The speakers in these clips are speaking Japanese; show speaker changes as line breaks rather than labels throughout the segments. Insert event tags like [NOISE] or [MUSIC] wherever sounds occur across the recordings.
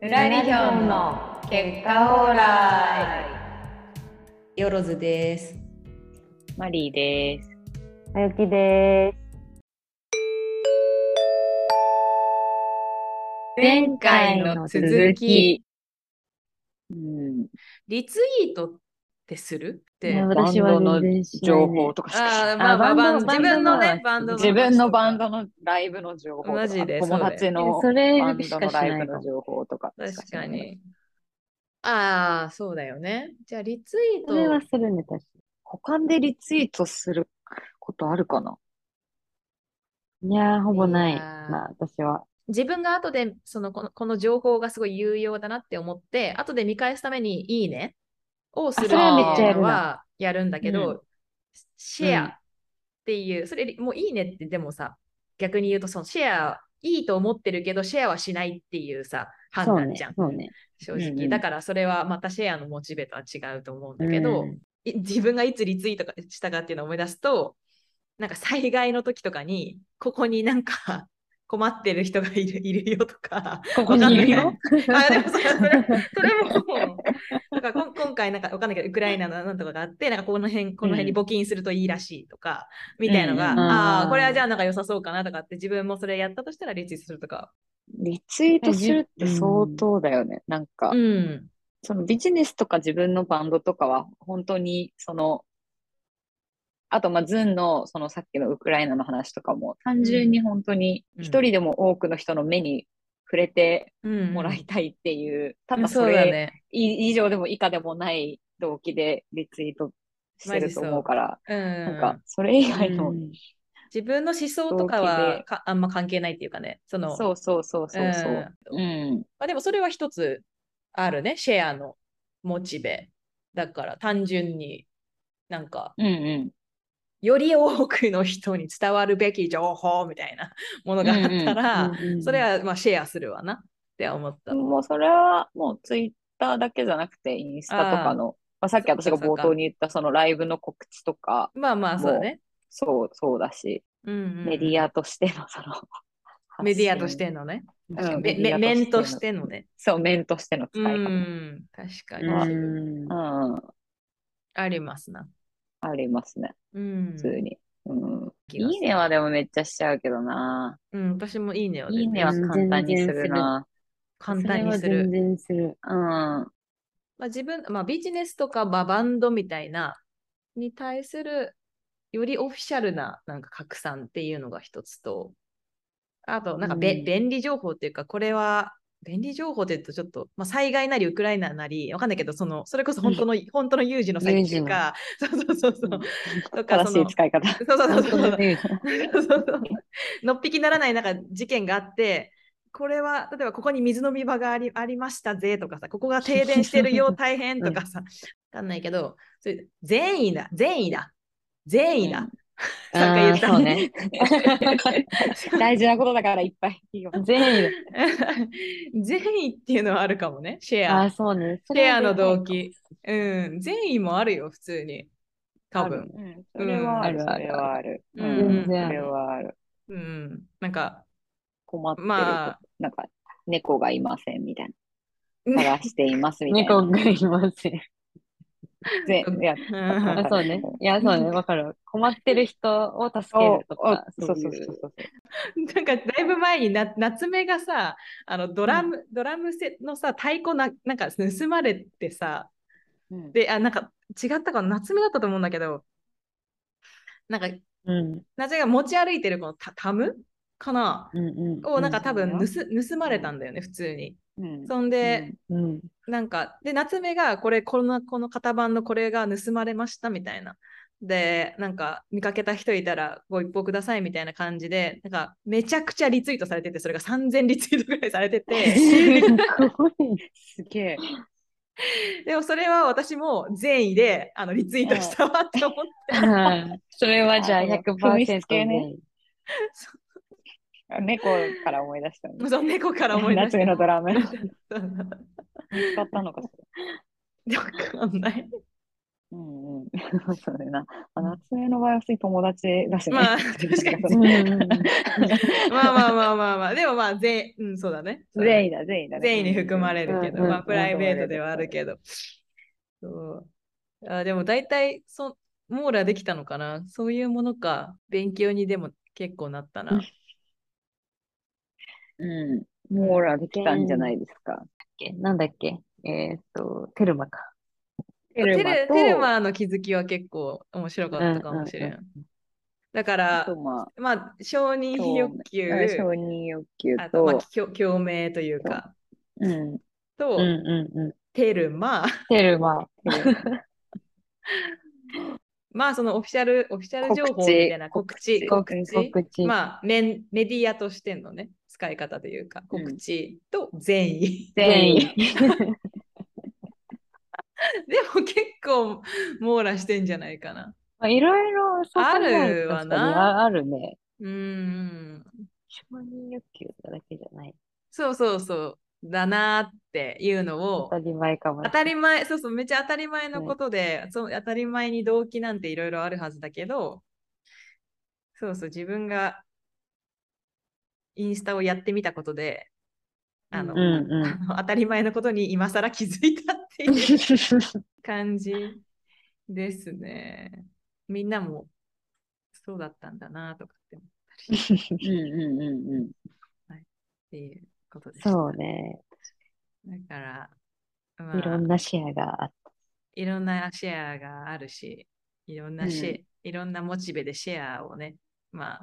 プラリヒョンの結果オーライ
よろずです。
マリーです。
あゆきで
前回の続き。
うん、
リツイートってするって。
す。
私はバンドの情報とかし
あ
か
ーまあまあ
あ
バ
バ
ン
ンド
自分のね、バ
バ
ンド
ン
の
ド
自分のバンドのライブの情報とか、
マジで
友達の
それ
バン
し
ド
か
の
しな
ラ
い
イブ
か
の
も
情報とか。
確か。に。ああ、そうだよね。じゃあリツイー
それは
ト
するね、確か
他でリツイートすることあるかな
に。いやー、ほぼないい。
やー
まあ、私は。
自分が後でそのこのこの情報がすごい有用だなって思って、後で見返すためにいいねをする
あそれ
はめっちゃや
るな
はやるんだけど、
う
シェアっていう、それもういいねってでもさ、逆に言うとそのシェアいいと思ってるけどシェアはしないっていうさ判
そう
断
ね
じゃん。、
そうね。
正
うん
直、
うん
だからそれはまたシェアのモチベとは違うと思うんだけど、
うん
い [LAUGHS] 自分がいつリツイートかしたかっていうのを思い出すとなんか災害の時とかにここになんか [LAUGHS] 困ってる人がいるいるよとか
こ
こにいるよ
よ。
あでもそれそれそれもなんかこん今回なんかわかんないけどウクライナのなんとかがあってなんかこの辺この辺に募金するといいらしいとか、みたいのが、
うん
あ
あ
あ
ー
これはじゃあなんか良さそうかなとかって自分もそれやったとしたらリツイートするとか。
リツイートするって相当だよね。なんか、
うん
そのビジネスとか自分のバンドとかは本当にそのあとまあズンのそのさっきのウクライナの話とかも単純に本当に
うん
一人でも多くの人の目に触れて
うん
もらいたいっていう、ただ
そ
そう
だ
れ
ね。
以上でも以下でもない動機でリツイートしてると思うから、
うん、
なんかそれ以外の、
うん
自分の思想とか
動機
は
で
かあんま関係ないっていうかね。その
そうそうそうそうそ
うん
う、うん、
まあ、でもそれは一つあるね、シェアのモチベ。だから単純になんか、
うんうん
より多くの人に伝わるべき情報みたいなものがあったら、それ
は、
はまあシェアするわなって思った。
もうそれはもうツイッターだけじゃなくてインスタとかの、まあ、さっき私が冒頭に言ったそのライブの告知とか、
まあまあ、そうだね。
そう、そうだし、
うんうん
メディアとしてのその、
[LAUGHS] メディアとし
発
てのね。
信、うん
めめ
メディア
面とし
の
てのね。
そう、面としての使
う
い方。うん、
ん、確かに。
うん。
うん、
ありますな。
ありますね、
うん
普。通に。うん、
気がする
いいねはでもめっちゃしちゃうけどな。
うん、私もいいねをね
いいねは簡単にするな。
簡単にす
それは
る
全。然する。
うん、
まあ、自分、まあ、ビジネスとか、まあ、バンドみたいなに対するよりオフィシャルななんか拡散っていうのが一つとあとなんかべ、
うん
便利情報っていうかこれは便利情報って言うとちょっと、まあ、災害なりウクライナなりわかんないけどそのそれこそ本当の、本当の有事の際っていうかそうそう [LAUGHS] そうそうとか
正
そ
しい
の
使い方。
そうそうそうそう
本当に
そうそうそうのっぴきならないなんか事件があってこれは例えばここに水飲み場がありありましたぜとかさここが停電してる [LAUGHS] よ大変とかさ、わかんないけどそれ善意だ善意だ善意だ、
うん
なんか言ったの
あー
ね。
大事なことだからいっぱい。いいよ
そうね全員。
善意っていうのはあるかもねシェ
あ
ア
ー、そうね。そ
シ
れ
ェ
は
アの
でかい
動機うん善意もあるよ普通に多分
うん、それはある、
うん
それはある。
うん
全然
それはある。
うんなんか
困ってること、
まあ
なんか、猫がいませんみたい
うん
な。探していますみたいな。
猫がいません。
ぜいや
うん
あそうね。いや、そうね。わかる。困ってる人を助け
お
ると
お
か、
そうそう
い
そうそう。
[LAUGHS] なんかだいぶ前にな夏目がさあのドラム、ドラムセのさ太鼓ななんか盗まれてさ
うん
であなんか違ったかな夏目だったと思うんだけどなんか
うん。
夏目が持ち歩いてるこのタタムかな
うん。
をなんか
うん
多分
そう
盗盗まれたんだよね普通に。
うん
そんで、
うん。うん。
なんかで夏目がこれこのこの型番のこれが盗まれましたみたいな。でなんか見かけた人いたらご一報くださいみたいな感じでなんかめちゃくちゃリツイートされててそれが3000リツイートぐらいされてて
[LAUGHS]
すごい。
すげえ。
でもそれは私も善意であのリツイートしたわって思
[LAUGHS]
って
はいそれはじゃあ
あの
100%
踏みつけね
ね。
猫から思い出したん
[LAUGHS]
で
その猫から思い出し
夏目の
[LAUGHS]
ドラム。
た。
使ったのかし
わかんない。
うん [LAUGHS] うん。そうだよな。まあ夏目の場合は普通に友達だしね。
まあ
[LAUGHS]
確かに
うんうんうん
まあまあまあまあまあ、でもまあ、全員、うん、そうだね。そうだね
全員だ、全員だね。
全員に含まれるけ
うん
ど、
うんうん
まあ、プライベートではあるけど。そうあでも、大体そ、網羅できたのかな。そういうものか、勉強にでも結構なったな。
うん。網羅できたんじゃないですか。
なんだっけえーっと、テルマか。
テ
テ
ルマ
ル
と、
テルマの気づきは結構面白かったかもしれん。
うん
だか
あ
ら
と、まあ、
まあ、承認欲求、
あ承認欲求
あと、まあ
と、、
共共鳴というか、
うん。
と、
うんうんうん。
テルマ、
テルマ。
[LAUGHS] まあ、そのオフィシャル、オフィシャル情報
告
み
知
たいな告知、
告知。告知。
まあメン、メディアとしてのね、使い方というか、
うん
告知と善意。
全
[LAUGHS]
員。
でも結構網羅してんじゃないかな。
まあいろいろ、そう考えると
あるわな
確かにああるね。
うーん。
承認欲求だけじゃない。
そうそうそう。だなーっていうの
当
を
た、り前かも
当たり前、そうそう、めっちゃ当たり前のことで、そう当たり前に動機なんていろいろあるはずだけど、そうそう、自分がインスタをやってみたことで、あの、
うん
うん
あの当たり前のことに今更気づいたっていう感じですね。みんなもそうだったんだなとかって思ったりっ
うんうんうんうん。
ていうことです。
[LAUGHS] そうね。
だから、まあ、
いろんなシェアがあって。
いろんなシェアがあるし、いろんなシェ、
うん
いろんなモチベでシェアをね、まあ、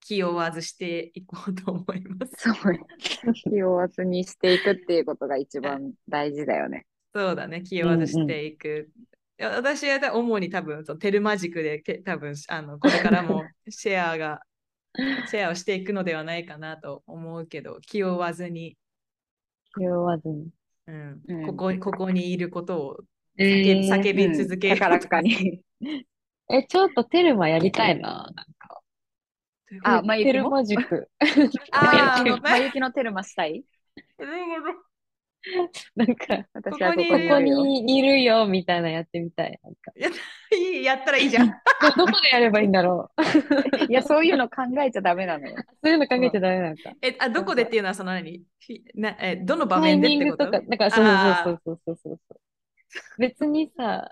気負わずしていこうと思います。 [LAUGHS]
そうね。気を圧にしていくっていうことが一番大事だよね。
そうだね、気を外していく。いや私は主に多分、そのテルマジックでけ多分あのこれからもシェアが、シェアをしていくのではないかなと思うけど、気負わずに、
気負わずに。
うん
うん
ここここにいることを
え
叫
ー
叫び続ける。 [LAUGHS]
高らかに。
え、ちょっとテルマやりたいな。
ということ
あ、まゆ
テ
き
ル
も。
マ塾。
[LAUGHS] あー、
[LAUGHS]
あの
まゆきのテルマしたい
なるほど
なんか、
私はここ
こ
こ
こ
こ
にいるよ。
にいるよみたいなやってみたい。な
[LAUGHS]
んか
いいやったらいいじゃん。
どどこでやればいいんだろう。
いや、そういうの考えちゃダメなのよ。
そういうの考えちゃダメなのか。
えあどこでっていうのはその何ひなえどの場
タイ
面で
ミ
っ
ン
て
グ
ことと
か、なんか
あー
そうそうそうそうそうそう。別にさ、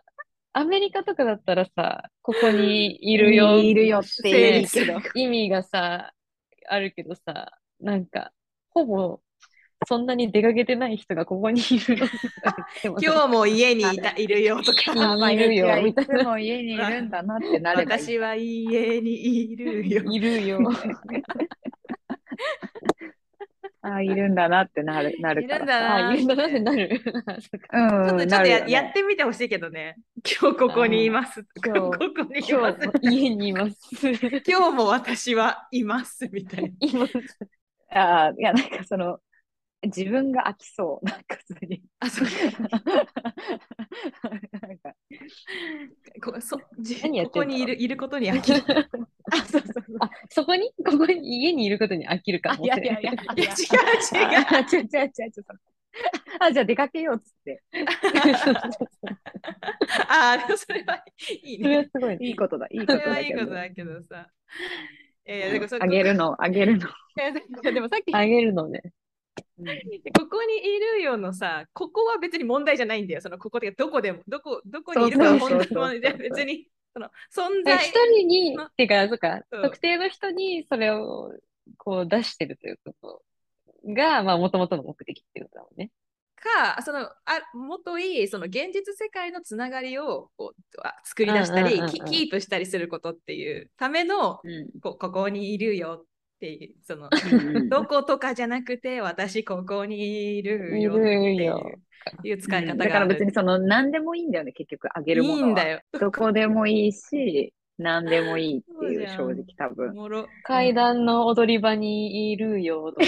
アメリカとかだったらさ、ここにい
い
るよ、
いるよって言うけど。
意味がさ、あるけどさ、なんか、ほぼ、そんなに出かけてない人がここにいるよって思って。
今日も家にいたいるよとか。
あまあいるよ
あまゆきはいつも家にいるんだなってなればいい。
私は家にいるよ。
いるよ。
[LAUGHS] あ、いるんだなってなるなる
い
から。
るんだな
あ、いるんだなってなる。 [LAUGHS] そっか
うん、
ちょっとちょ
な
っと
るよ
や,、
ね
やってみてほしいけどね。今日ここにいます。
うん
今日ここにい
今
ます。
日も家にいます。
今日も私はいますみたいな。
います。
あーいや、なんかその、自分が飽きそう。なんか普通に。
あそう
なんか
こそじ
何や
こ
ってんだろう
こにいるいることに飽きる。あそうそうそう。
あ、そこに、ここに、家にいることに飽きるか
あ
も
い
しれ
や
ない
やいやい
いや違う違
や。
う。
あ、違う違う違う違う。あ、じゃあ出かけようっつって。
あでもそれはいい
[LAUGHS] それ
ね。
はすごいね。
いいことだ、いいこ
そ
と
れは
だ
いい
け
こと
ど。
だけどさ。えー、だからそれ
あげるの、あげるの。
いや [LAUGHS] でもさっき
あげるのね。
ここにいるよのさ、ここは別に問題じゃないんだよ。そのここでどこでも、どこ、どこにいるかは
そう
本
そうそう
当の問題で別に、その存
一
在、
人に
ま、
てか、そっか、
うん
特定の人にそれをこう出してるということが、まあ、もともとの目的っていうことだもんね。
か、その、あもとい、その現実世界のつながりをこうあ作り出した
うん
り
うんうんうん
キ、キープしたりすることっていうための、
うん。
こここにいるよっていう、その、
うん
どことかじゃなくて、私ここにいるよっ
い
て
る
い
よ
ういう使い方
だ
が
か
あ
ら
る
別。にその何でもいいんだよね、結局あげる
い
も
い
の
ん
は
だ。よ。
どこでもいいし、何でもいいっていう、
そ
正
うじゃん
直多
お
分。
もろ
階段の踊り場にいる
[LAUGHS]
よとか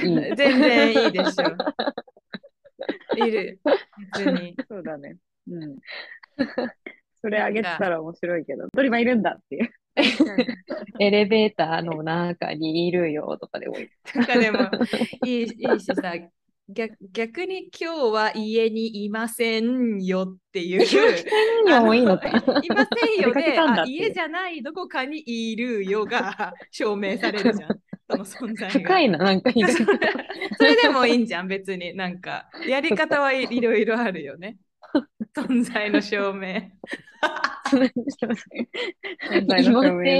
でもい
全
い。
然いいでしょ。いる。別に。
そうだね。うん。それあげてたら面白いけど、ドリマいるんだっていう。
エレベーターの中にいるよとかでもいい。
とかでもいいいいしさ、逆逆に今日は家にいませんよっていう。
何よもいいのか。
いませんよ
出かけ
で、
たんだ
あ
っていう
家じゃないどこかにいるよが証明される
[LAUGHS]
じゃん。その存在が。
深いな、なんか意外
そ
と
れそれでもいいんじゃん、別に。なんか、やり方はいいろいろあるよね。存在の証
[LAUGHS]
明。
いませ
存在の証明の仕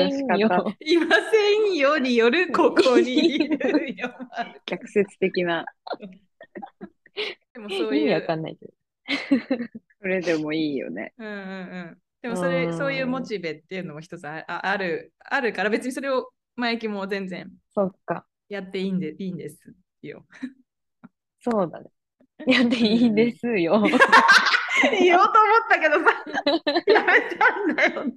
ん
方
よ。
いませんよによるここにいるよ。
逆説的な、
でもそう
意
い
味わ
う
か。んないけど。
それでもいいよね。
うんうんうん。でもそれ、
うん
そういうモチベっていうのも一つああある、あるから別にそれを前駅も全然
そっか。
やっていいんで、いいんですよ。
そうだね。やっていいですよ。
[LAUGHS] 言おうと思ったけどさ、やめたんだよね。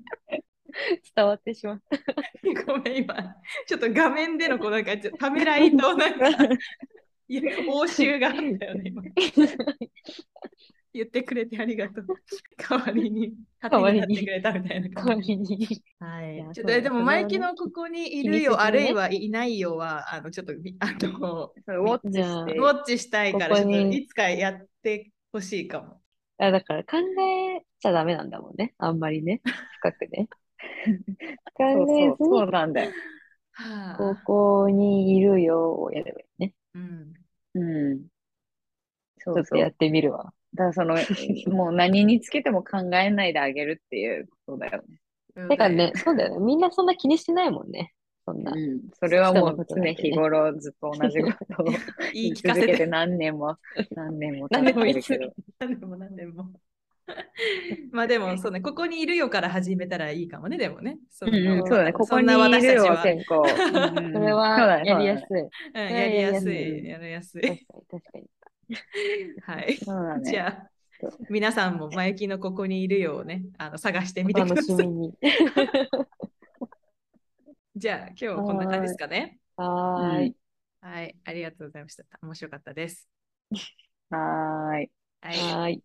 伝わってしまっ
[LAUGHS] ごめん、今、ちょっと画面でのこうなんか、ちょっとためら [LAUGHS] いとなんか、
[LAUGHS]
いや応酬があったよね、今。 [LAUGHS] 言ってくれてありがとう。代わりに、
代わり
勝手
に
にやってくれたみたいな
た
感
代わ
じ。
りに。
はい
や
ちょ
そ
っ
う
と
だ
えでも、
それは
マ
ね
イキのここにいるよ、あ
秘密的に
る
ね
いはいないよは、あの、ちょっとみ、あの、
それウォッチし
ウ
て、
ォッチしたいから、
こ
ち
こ
ょっと
に
いつかやってほしいかも。
あ、だから考えちゃダメなんだもんね。あんまり
[LAUGHS]
ね。深くね。考
そう
え
そう、
ずに
そうなんだよ。
は
ここにいるよをやればいいね。
うん。
うん。そ
ちょ
う
っ
そ
と
う。
や
だ
っ、てみるわ。
から [LAUGHS] その、もう何につけても考えないであげるっていうことだよね。
てかね、そうだよね。みんなそんな気にしてないもんね。そんな。
うん。それはも
人の
う
こと
常
なんてね
日頃ずっと同じ [LAUGHS] ことを
言い聞か
続
せ
け
て
て。何年も、何年も
何
経
で
っ
もい
て
いで
る
す
けど。
何でも何でも。 [LAUGHS] まあでもそうね、ここにいるよから始めたらいいかもね、でもね。そ
うんうん、
の
そうだね。ここ
そん
に
ない私
る
たち
よ
は、
先行。うん
そ
[LAUGHS] そう
れ
だ
は
ね
やりやすい。
うん、やりやす
うん
い、やりやすい。
確かに、確かに。
はい。
そうだね。
じゃあ、皆さんも、前行きのここにいるよをね、あの探してみ
お
てくだ
楽し
さい。
みに。
[LAUGHS] じゃあ、今日はこんな感じですかね。
はーい。
はい、ありがとうございました。面白かったです。
うんはーい。
はい。
はーい。